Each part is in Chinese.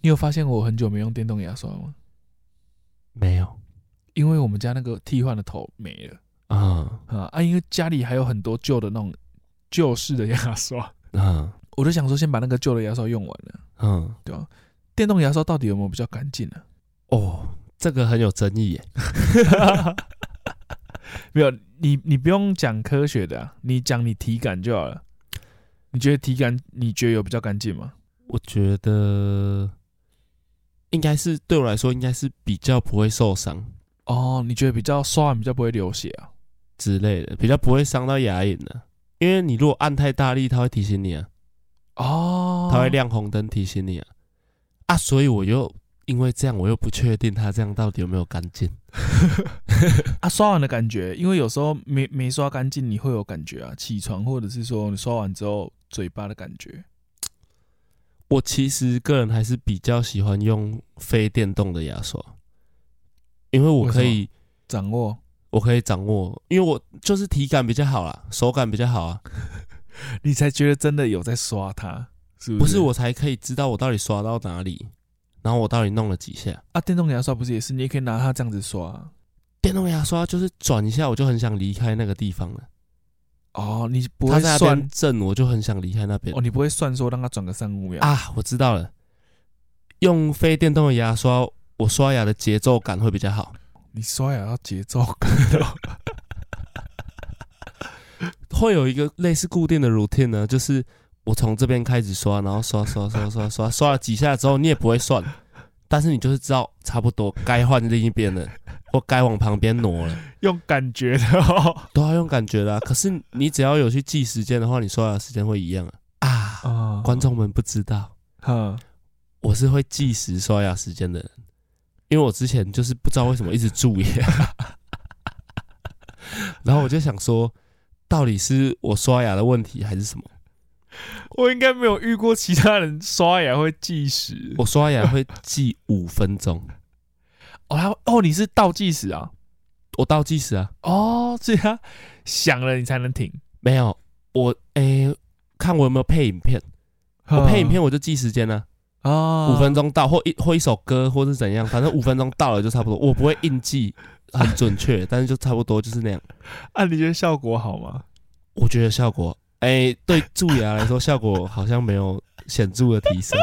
你有发现我很久没用电动牙刷吗？没有因为我们家那个替换的头没了啊啊啊！因为家里还有很多旧的那种旧式的牙刷， 啊我就想说先把那个旧的牙刷用完了，嗯对吧、电动牙刷到底有没有比较干净呢？哦，这个很有争议耶。啊 没有，你你不用讲科学的、啊，你讲你体感就好了。你觉得体感你觉得有比较干净吗？我觉得应该是对我来说，应该是比较不会受伤哦，你觉得比较刷完比较不会流血啊？之类的，比较不会伤到牙龈的、因为你如果按太大力，它会提醒你啊，哦，它会亮红灯提醒你啊。啊，所以我又因为这样，我又不确定它这样到底有没有干净。啊，刷完的感觉，因为有时候没没刷干净，你会有感觉啊，起床或者是说你刷完之后嘴巴的感觉。我其实个人还是比较喜欢用非电动的牙刷，因为我可为以，掌握我可以掌握，因为我就是体感比较好啦，手感比较好啊，你才觉得真的有在刷它，是不是是我才可以知道我到底刷到哪里，然后我到底弄了几下。啊，电动牙刷不是也是，你也可以拿它这样子刷啊、电动牙刷就是转一下，我就很想离开那个地方了。哦，你不它会在那算边震，我就很想离开那边哦，。你不会算说让它转个三五秒啊？啊，我知道了，用非电动的牙刷，我刷牙的节奏感会比较好，你刷牙要节奏感会有一个类似固定的 routine 呢，就是我从这边开始刷，然后刷刷刷刷刷刷了几下之后，你也不会算，但是你就是知道差不多该换另一边了，或该往旁边挪了， 用感觉的哦。都要用感觉啦、可是你只要有去记时间的话，你刷牙时间会一样啊。啊，啊观众们不知道，哈，我是会计时刷牙时间的人，因为我之前就是不知道为什么一直蛀牙，然后我就想说，到底是我刷牙的问题还是什么？我应该没有遇过其他人刷牙会计时。我刷牙会记五分钟，哦，他哦，你是倒计时啊？我倒计时啊，哦，所以他响了你才能停。没有，我诶、看我有没有配影片，我嗯配影片我就记时间啊，啊，五分钟到或一或一首歌或是怎样，反正五分钟到了就差不多，我不会硬 记很准确，但是就差不多就是那样。啊，你觉得效果好吗？我觉得效果，诶，对蛀牙来说效果好像没有显著的提升，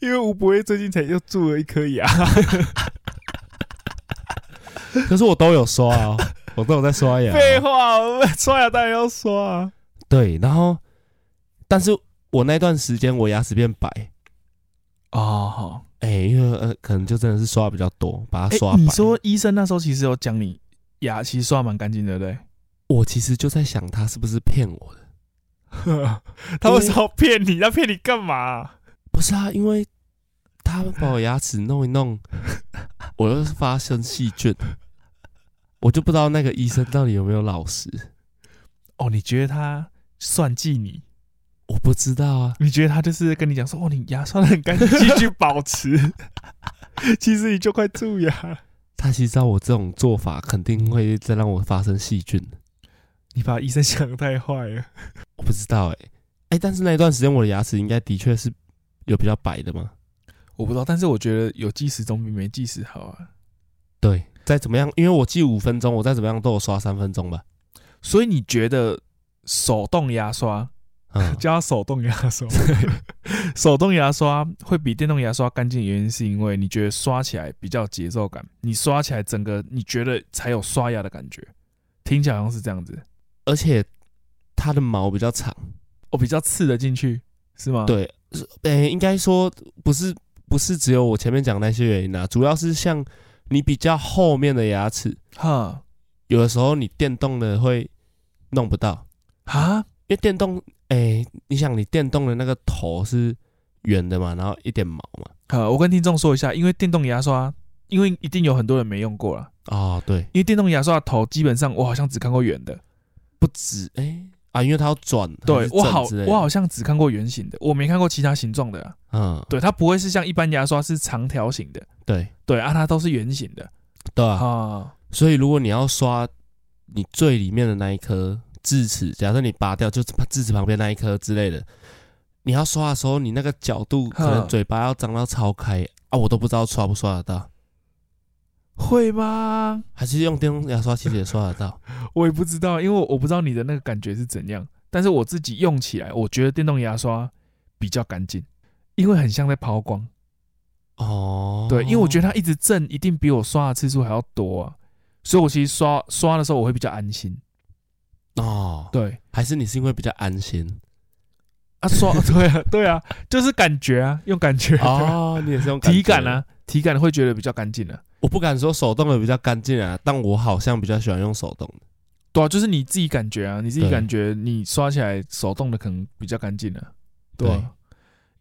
因为吴博威最近才又蛀了一颗 牙。可是我都有刷哦，我都有在刷牙哦、废话，我们刷牙当然要刷啊。对，然后，但是我那段时间我牙齿变白，哦，好，哎、因为呃，可能就真的是刷比较多，把它刷白。哎你说医生那时候其实有讲你牙其实刷蛮干净的，对我其实就在想，他是不是骗我的？不对？ 他为什么骗你？他骗你干嘛、不是啊，因为他把我牙齿弄一弄， 我又发生细菌，我就不知道那个医生到底有没有老实，哦，你觉得他算计你？我不知道啊。你觉得他就是跟你讲说，哦，你牙刷的很干净，继续保持。 其实你就快蛀牙，他其实知道我这种做法肯定会再让我发生细菌，你把医生想得太坏了。我不知道哎、哎、但是那一段时间我的牙齿应该的确是有比较白的嘛。我不知道，但是我觉得有计时总比没计时好啊。对，再怎么样，因为我记五分钟，我再怎么样都有刷三分钟吧。所以你觉得手动牙刷，嗯加手动牙刷， 手动牙刷会比电动牙刷干净，原因是因为你觉得刷起来比较有节奏感，你刷起来整个你觉得才有刷牙的感觉，听起来好像是这样子。而且它的毛比较长。哦，比较刺得进去是吗？，对，是诶、应该说不是不是只有我前面讲那些原因啊，主要是像你比较后面的牙齿，哈有的时候你电动的会弄不到，啊，因为电动诶、你想你电动的那个头是圆的嘛，然后一点毛嘛。哈，我跟听众说一下，因为电动牙刷，因为一定有很多人没用过啦，哦，对，因为电动牙刷的头基本上我好像只看过圆的，不止诶、啊，因为它要转，还对是我正好之类的我好像只看过圆形的，我没看过其他形状的、啊。嗯，对，它不会是像一般牙刷是长条形的，对对啊，它都是圆形的对啊，啊。所以如果你要刷你最里面的那一颗智齿，假设你拔掉，就智齿旁边那一颗之类的，你要刷的时候，你那个角度可能哼嘴巴要张到超嗯开啊，我都不知道刷不刷得到，会吗？还是用电动牙刷其实也刷得到。我也不知道，因为我我不知道你的那个感觉是怎样。但是我自己用起来，我觉得电动牙刷比较干净，因为很像在抛光。哦，对，因为我觉得它一直震，一定比我刷的次数还要多啊。所以我其实刷刷的时候，我会比较安心。得哦，对还是你是因为比较 安心啊，刷 对啊对啊，就是感觉啊，用感觉、啊，哦，你也是用 体觉感啊，体感会觉得比较干净啊。我不敢说手动的比较干净啊，但我好像比较喜欢用手动的。对啊，就是你自己感觉啊，你自己对感觉你刷起来手动的可能比较干净啊。对啊对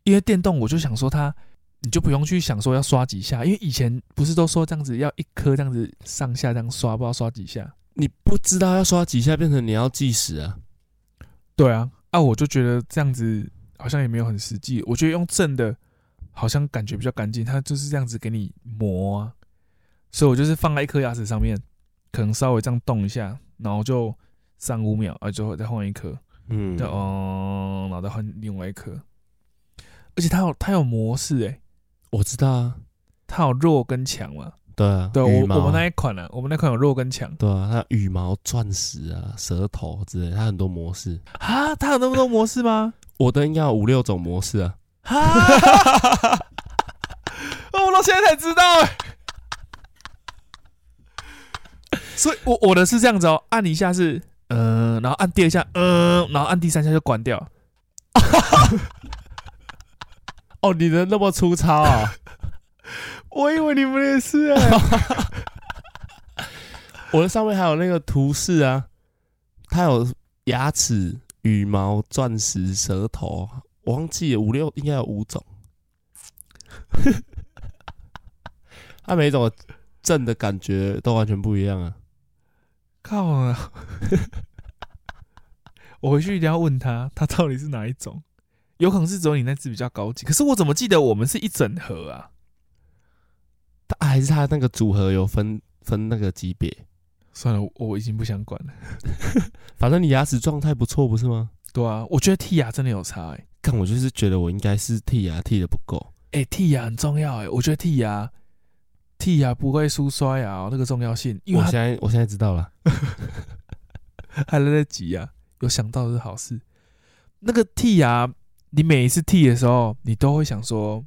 因为电动我就想说它，你就不用去想说要刷几下，因为以前不是都说这样子要一颗这样子上下这样刷，不知道刷几下。你不知道要刷几下，变成你要计时啊。对啊，啊，我就觉得这样子好像也没有很实际。我觉得用正的，好像感觉比较干净，它就是这样子给你磨啊。所以我就是放在一颗牙齿上面，可能稍微这样动一下，然后就上五秒，啊，之后再换一颗，嗯再嗯，然后再换另外一颗。而且它有它有模式诶、欸我知道啊，它有弱跟强嘛。对啊，对羽我毛我们那一款呢、啊，我们那款有弱跟强对啊，它羽毛、钻石啊、舌头之类，它很多模式。啊，它有那么多模式吗？我的应该有五六种模式啊。 哈，哦我到现在才知道、欸。所以我我的是这样子哦，按一下是嗯、呃然后按第二下嗯、呃然后按第三下就关 掉。哦，你的那么粗糙啊？ 我以为你们也是、欸，我的上面还有那个图示啊，它有牙齿、羽毛、钻石、舌头，啊我忘记了五六应该有五种。 它每一种震的感觉都完全不一样啊。 靠啊！ 我回去一定要问他，他到底是哪一种？有可能是只有你那只比较高级，可是我怎么记得我们是一整盒啊？它还是它那个组合有分分那个级别，算了，我我已经不想管了。反正你牙齿状态不错，不是吗？对啊，我觉得剔牙真的有差哎、欸，但我就是觉得我应该是剔牙剔的不够。哎、剔牙很重要哎、我觉得剔牙，剔牙不会输刷牙、哦、那个重要性，因为我它现在我现在知道了，还来得及啊，有想到是好事。那个剔牙，你每一次剔的时候，你都会想说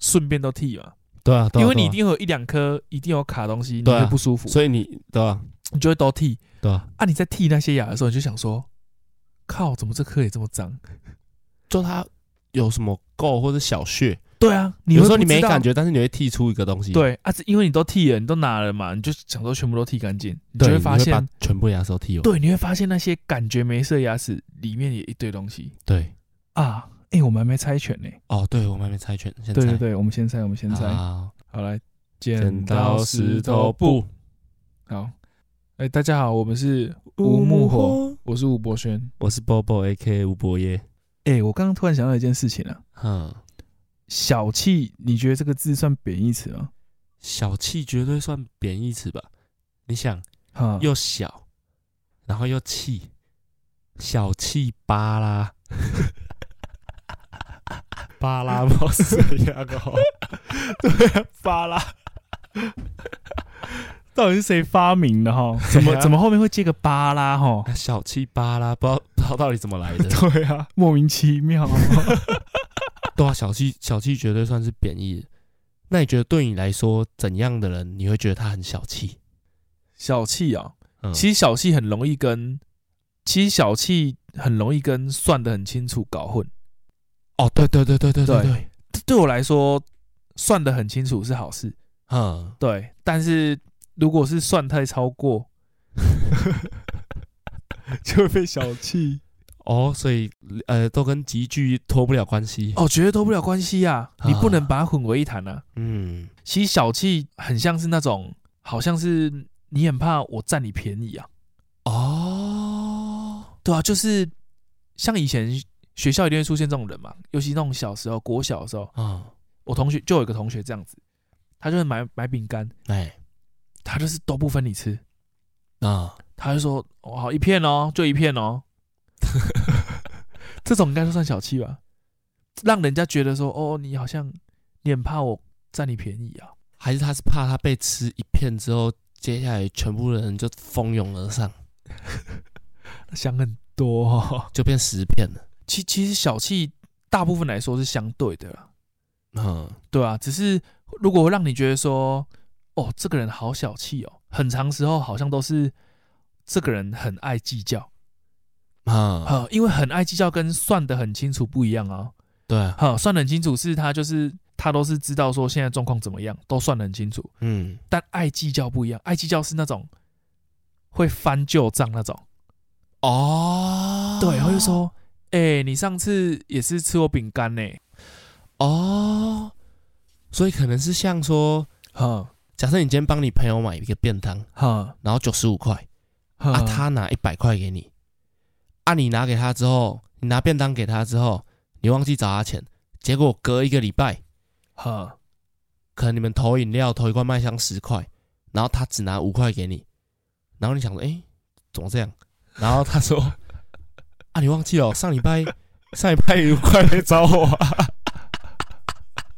顺便都剔嘛，对啊，对啊因为你一，对定会有一两颗一定有卡东西，你对啊会不舒啊服，所以你对啊，你就会都剔。对啊，啊，你在剔那些牙的时候，你就想说，靠，怎么这颗也这么脏？就它有什么垢或者小屑，对啊，你有会时候不你没知道感觉，但是你会剔出一个东西，对啊，这因为你都剃了，你都拿了嘛，你就想说全部都剃干净，你就对，会你发把现，全部牙齿都剔完，对，你会发现那些感觉没色牙齿里面也一堆东西对，啊。哎、我们还没猜拳呢、哦，对，我们还没猜拳，先对对猜，对，我们先猜，我啊们先猜。好，好，来，剪刀石头。布，好，哎、大家好，我们是吴木火，，我是吴博轩。我是 Bobo A K 吴博业，哎、我刚刚突然想到一件事情啊，嗯，小气，你觉得这个字算贬义词吗？小气绝对算贬义词吧？你想。哈，又小，然后又气，小气巴拉，巴拉猫是牙膏，发啦。到底是谁发明的 哈？怎么怎么后面会接个巴拉哈？ 小气巴拉，不知道不知道到底怎么来的。 对啊，莫名其妙。对啊，小气小气绝对算是贬义的。那你觉得对你来说，怎样的人你会觉得他很小气？小气啊，嗯，其实小气很容易跟，其实小气很容易跟算得很清楚搞混。哦，对对对对对对对对，这对我来说，算得很清楚是好事，嗯，对。但是如果是算太超过， 就会被小 气哦，所以呃，都跟集聚脱不了关系。哦，绝对脱不了关系啊！你不能把它混为一谈啊。嗯，其实小气很像是那种，好像是你很怕我占你便宜啊。哦，对啊，就是像以前学校一定会出现这种人嘛，尤其那种小时候国小的时候，嗯，我同学就有一个同学这样子，他就是买买饼干，哎，他就是都不分你吃，啊、他就说哦 好一片哦，就一片哦，这种应该就算小气吧？让人家觉得说，哦，你好像你很怕我占你便宜啊。还是他是怕他被吃一片之后，接下来全部的人就蜂拥而上，想很多、哦，就变十片了。其其实小气大部分来说是相对的啦，嗯，对啊，只是如果让你觉得说，哦，这个人好小气哦，很长时候好像都是这个人很爱计较，呃啊，哈，因为很爱计较跟算得很清楚不一样啊，对啊，哈，算得很清楚是他就是他都是知道说现在状况怎么样，都算得很清楚，嗯，但爱计较不一样，爱计较是那种会翻旧账那种，哦，对，会说，哎、你上次也是吃我饼干呢，哦，所以可能是像说，哈假设你今天帮你朋友买一个便当，哈，然后九十五块，哈啊，他拿一百块给你，啊，你拿给他之后，你拿便当给他之后，你忘记找他钱，结果隔一个礼拜，哈，可能你们投饮料投一罐麦香十块，然后他只拿五块给你，然后你想说，哎、怎么这样？然后他说， 啊，你忘记了上礼拜 上礼拜五块没找我、啊，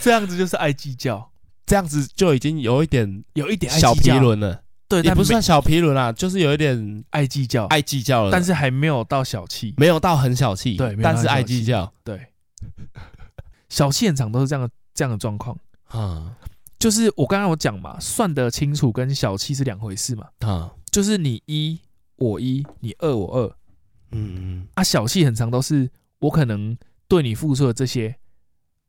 这样子就是爱计较，这样子就已经有一点有一点爱小计皮较，轮了，对，也但不是没算小皮轮啦，就是有一点爱计较，爱计较了，但是还没有到小气，没有到很小气，对没有到但是爱计较，对，小气很长都是这样的这样的状况，啊就是我刚刚有讲嘛，算得清楚跟小气是两回事嘛，啊，就是你一我一，你二我二嗯啊，小气很长都是我可能对你付出了这些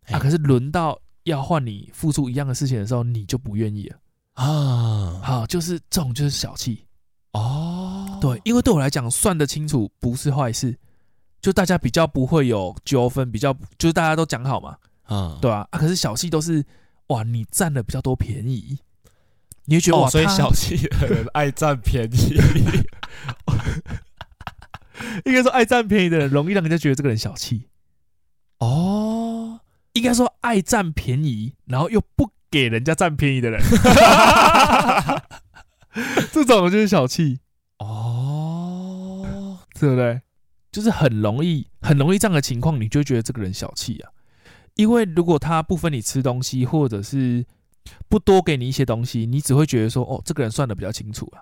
啊，嘿可是轮到要换你付出一样的事情的时候，你就不愿意了，嗯啊，好，就是这种就是小气。哦，对，，因为对我来讲，算得清楚不是坏事，就大家比较不会有纠纷，比较就是大家都讲好嘛，啊，对啊，啊可是小气都是哇，你占了比较多便宜，你会觉得、哦，哇，所以他小气的人爱占便宜， 应该说爱占便宜的人容易让人家觉得这个人小气，哦， 应该说爱占便宜，然后又不给人家占便宜的人， 这种就是小气，哦，对不对？就是很容易，很容易这样的情况，你就会觉得这个人小气啊。因为如果他不分你吃东西，或者是不多给你一些东西，你只会觉得说，哦，这个人算的比较清楚啊。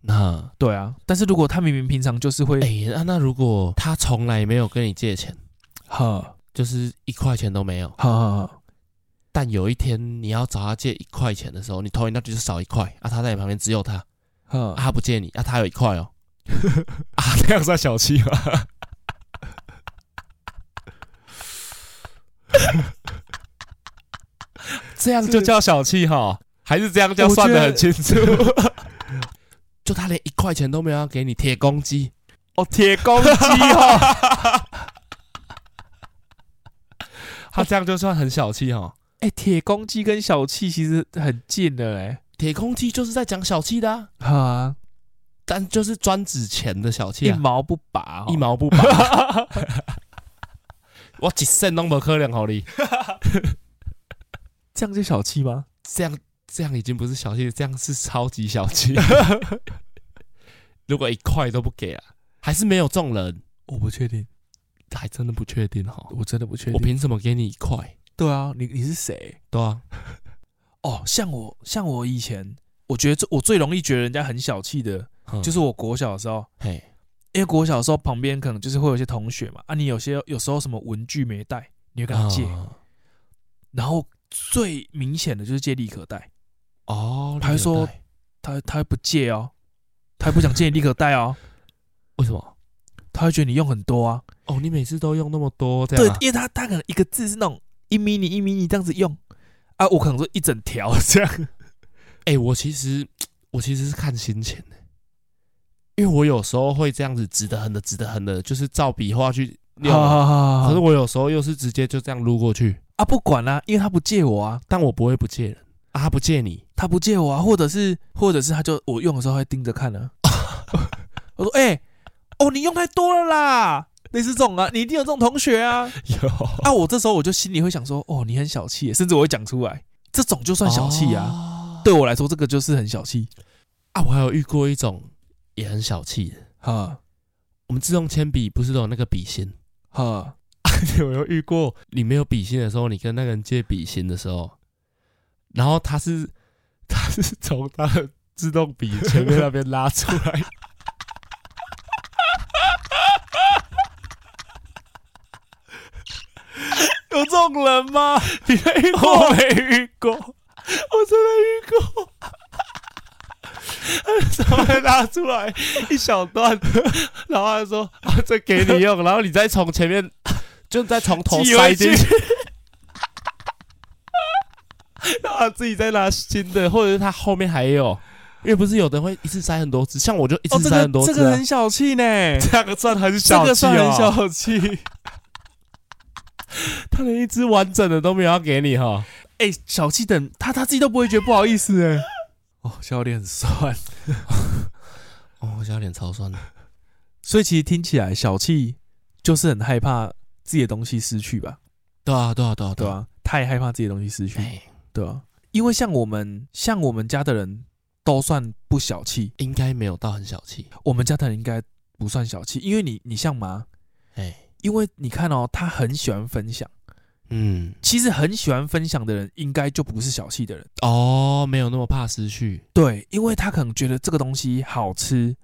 那对啊，但是如果他明明平常就是会，哎、那那如果他从来没有跟你借钱，哈就是一块钱都没有，哈哈哈，但有一天你要找他借一块钱的时候，你投饮料就是少一块，啊，他在你旁边只有他，啊，哈他不借你，啊，他有一块哦， 啊，这样算小气吗？ 这样就叫小气哈？还是这样叫算得很清楚？ 就他连一块钱都没有要给你，铁公鸡哦，铁公 鸡哈，他这样就算很小气哈？哎，铁公鸡跟小气其实很近的嘞，铁公鸡就是在讲小气的、啊，哈，但就是专指钱的小气一啊，毛不拔哦，一毛不拔。 我一身都没可能好你，这样就小气吗？这样这样已经不是小气，这样是超级小气。 如果一块都不给啊，还是没有这种人，我不确定，还真的不确定哈。我真的不确我定。凭什么给你一块？对啊，你你是谁？对啊，哦，像我像我以前，我觉得最我最容易觉得人家很小气的，嗯就是我国小的时候，嘿，因为国小的时候旁边可能就是会有一些同学嘛，啊，你有些有时候什么文具没带，你会跟他借，啊然后最明显的就是借立可带，哦，他还说有带他他不借哦，他不想借你立可带哦，为什么？他会觉得你用很多啊，哦，你每次都用那么多，这对样、啊、，因为他他可能一个字是那种一迷你一迷你这样子用，啊，我可能说一整条 这样，哎、我其实我其实是看心情的，因为我有时候会这样子直的横的直的横的，就是照笔画去溜好嘛。好好好啊可是好，我有时候又是直接就这样撸过去，啊不管啦、因为他不借我啊，但我不会不借人啊，他不借你，他不借我啊，或者是或者是他就我用的时候他会盯着看呢、啊。 我说，哎、哦，你用太多了啦，类似这种啊，你一定有这种同学啊。有啊，我这时候我就心里会想说，哦，你很小气耶，甚至我会讲出来，这种就算小气啊。啊对对我来说，这个就是很小气啊，我还有遇过一种也很小气的，哈我们自动铅笔不是都有那个笔芯，哈 有没有遇过你没有笔芯的时候，你跟那个人借笔芯的时候，然后他是 他是从他的自动笔前面那边拉出来， 有这种人吗？你没遇我过？没遇过，我真的遇过。他会拉出来一小 段，然后他说：“啊，这给你用。”然后你再从前面，就再从头挤塞回进去去， 然后他自己再拿新的，或者是他后面还有，因为不是有的会一次塞很多只，像我就一哦，次这塞很多个只、这啊个很小气呢，这个算很这小个气算哦很， 小气。他连一只完整的都没有要给你哈、 哎，小气等他他自己都不会觉得不好意思哎。哦，笑脸很酸，哦，我小脸超酸的，所以其实听起来小气就是很害怕自己的东西失去吧，对啊，对啊，对啊，对啊，啊？太害怕自己的东西失去，哎，对啊？因为像我们像我们家的人都算不小气，应该没有到很小气，我们家的人应该不算小气，因为你你像妈，哎，因为你看哦，他很喜欢分享，嗯，其实很喜欢分享的人应该就不是小气的人，哦，没有那么怕失去，对，因为他可能觉得这个东西好吃，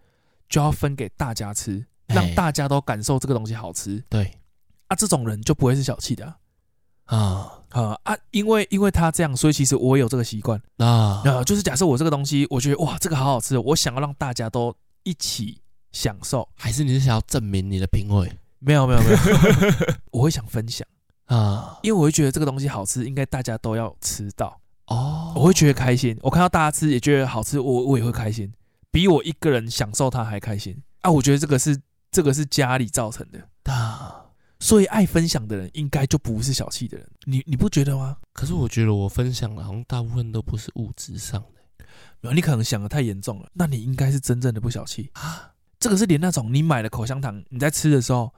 就要分给大家吃，让哎大家都感受这个东西好吃对啊，这种人就不会是小气的啊。啊啊啊！因为因为他这样，所以其实我也有这个习惯。啊啊，就是假设我这个东西，我觉得哇，这个好好吃，我想要让大家都一起享受。还是你是想要证明你的品 味没有没有没有， 我会想分享，啊？因为我会觉得这个东西好吃，应该大家都要吃到，哦，我会觉得开心。我看到大家吃也觉得好吃，我我也会开心，比我一个人享受它还开心啊！我觉得这个是这个是家里造成的，啊，所以爱分享的人应该就不是小气的人，你你不觉得吗？可是我觉得我分享的好像大部分都不是物质上的没有，你可能想的太严重了，那你应该是真正的不小气。啊，这个是连那种你买的口香糖，你在吃的时候，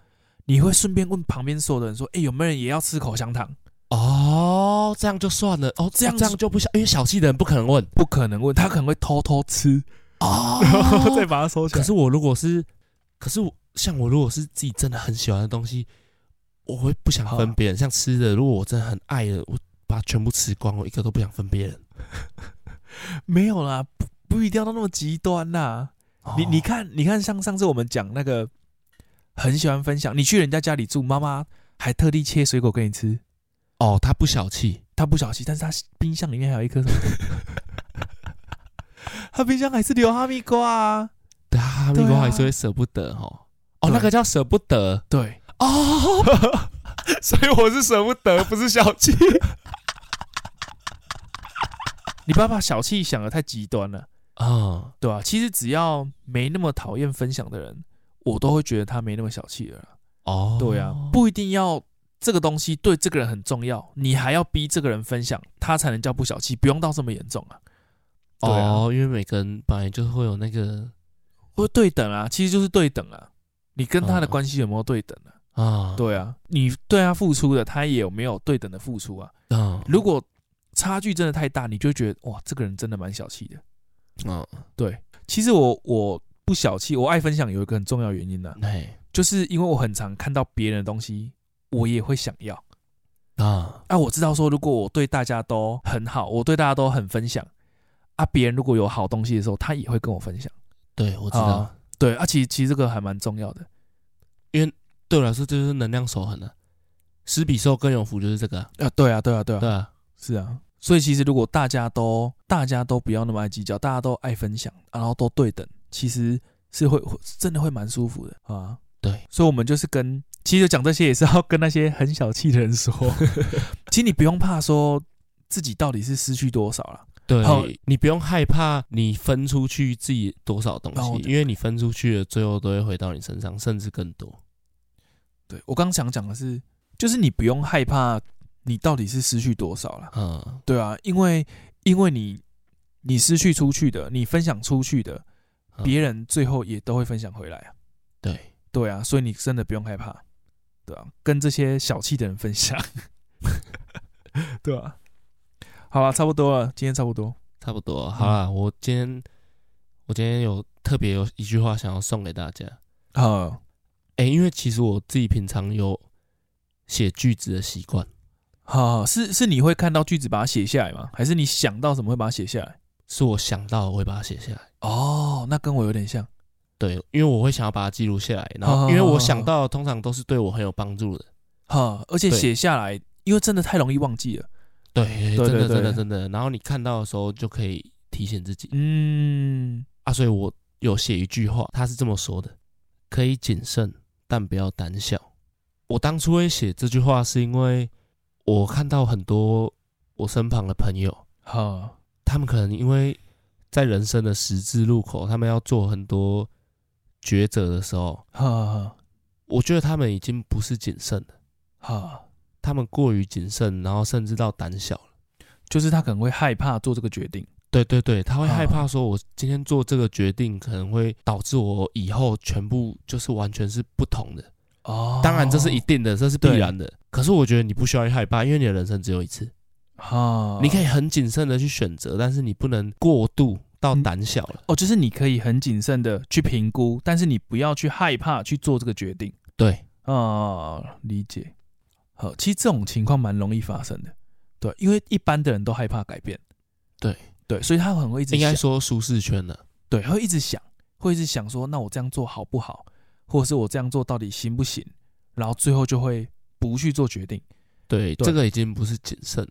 你会顺便问旁边所有的人说：“哎、有没有人也要吃口香糖哦，这样就算了，哦，这样这样就不小，因为小气的人不可能问？”不可能问，他可能会偷偷吃， 哦把它收起可。是我如果是，可是我像我如果是自己真的很喜欢的东西，我会不想分别人。像吃的，如果我真的很爱的，我把它全部吃光，我一个都不想分别人。没有啦，不不一定要到那么极端啦。哦你你看，你看，像上次我们讲那个，很喜欢分享，你去人家家里住，妈妈还特地切水果给你吃，哦，他不小气，她不小气，但是她冰箱里面还有一颗什么？ 她冰箱还是留哈密瓜啊。对啊，哈密对瓜啊还是会舍不得哦。哦，对那个叫舍不得。对，哦， 所以我是舍不得，不是小 气。你不要把小气想的太极端了。啊，对啊，其实只要没那么讨厌分享的人，我都会觉得他没那么小气了啦。哦，对啊，不一定要这个东西对这个人很重要，你还要逼这个人分享，他才能叫不小气，不用到这么严重啊。对啊哦，因为每个人本来就会有那个会对等啊，其实就是对等啊。你跟他的嗯关系有没有对等啊？啊，对啊，你对他付出的，他也有没有对等的付出啊？啊，如果差距真的太大，你就会觉得哇，这个人真的蛮小气的。嗯，其实我我不小气，我爱分享有一个很重要原因呢、哎，就是因为我很常看到别人的东西，我也会想要。啊，啊，我知道说，如果我对大家都很好，我对大家都很分享，啊，别人如果有好东西的时候，他也会跟我分享。对，我知道啊，对啊，其实其实这个还蛮重要的。对我来说这就是能量守恒了。施比受更有福就是这个啊，啊，对啊，对啊，对啊，对啊，是啊。所以其实如果大家都大家都不要那么爱计较，大家都爱分享，啊然后都对等，其实是会会真的会蛮舒服的啊。对，所以我们就是跟，其实讲这些也是要跟那些很小气的人说，其实你不用怕说自己到底是失去多少了。好对，你不用害怕你分出去自己多少东哦西，因为你分出去的最后都会回到你身上，甚至更多。对我刚想讲的是，就是你不用害怕你到底是失去多少了。嗯，对啊，因为因为你你失去出去的，你分享出去的，嗯别人最后也都会分享回来啊。对，对啊，所以你真的不用害怕，对啊，跟这些小气的人分享， 对啊。好了，差不多了，今天差不多。差不多，好啦，我今天我今天有特别有一句话想要送给大家，好，哎、因为其实我自己平常有写句子的习惯，好，是是你会看到句子把它写下来吗？还是你想到什么会把它写下来？是我想到我会把它写下来。哦，那跟我有点像。对，因为我会想要把它记录下来，然后因为我想到的通常都是对我很有帮助的。哈，而且对写下来，因为真的太容易忘记了。对，哎对对真的真的对真的。然后你看到的时候就可以提醒自己嗯，啊，所以我有写一句话，他是这么说的：可以谨慎，但不要胆小。我当初会写这句话，是因为我看到很多我身旁的朋友，哈，他们可能因为在人生的十字路口，他们要做很多抉择的时候，哈，我觉得他们已经不是谨慎了，哈，他们过于谨慎，然后甚至到胆小了。就是他可能会害怕做这个决定。对对对，他会啊害怕说，我今天做这个决定可能会导致我以后全部就是完全是不同的。哦当然这是一定的，这是必对然的。可是我觉得你不需要害怕，因为你的人生只有一次，哈，你可以很谨慎的去选择，但是你不能过度到嗯胆小了。哦，就是你可以很谨慎的去评估，但是你不要去害怕去做这个决定对，啊、理解。好，其实这种情况蛮容易发生的，对，因为一般的人都害怕改变，对对，所以他很会一直应该想，说舒适圈了。对，会一直想，会一直想说，那我这样做好不好，或者是我这样做到底行不行，然后最后就会不去做决定，对，对这个已经不是谨慎了。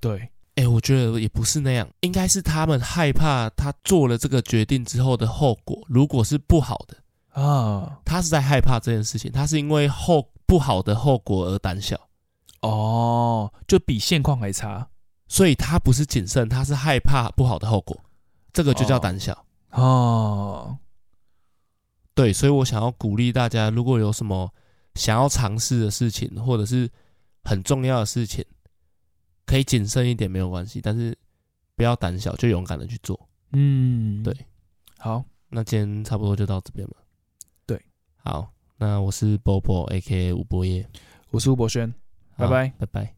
对，哎，我觉得也不是那样，应该是他们害怕他做了这个决定之后的后果，如果是不好的，啊，他是在害怕这件事情，他是因为后不好的后果而胆小，哦，就比现况还差所以他不是谨慎，他是害怕不好的后果，这个就叫哦胆小。哦，对，所以我想要鼓励大家，如果有什么想要尝试的事情，或者是很重要的事情，可以谨慎一点没有关系，但是不要胆小，就勇敢的去做。嗯，对，好，那今天差不多就到这边嘛。对，好，那我是波波 A K A 吴博业，我是吴博轩，好拜拜，拜拜。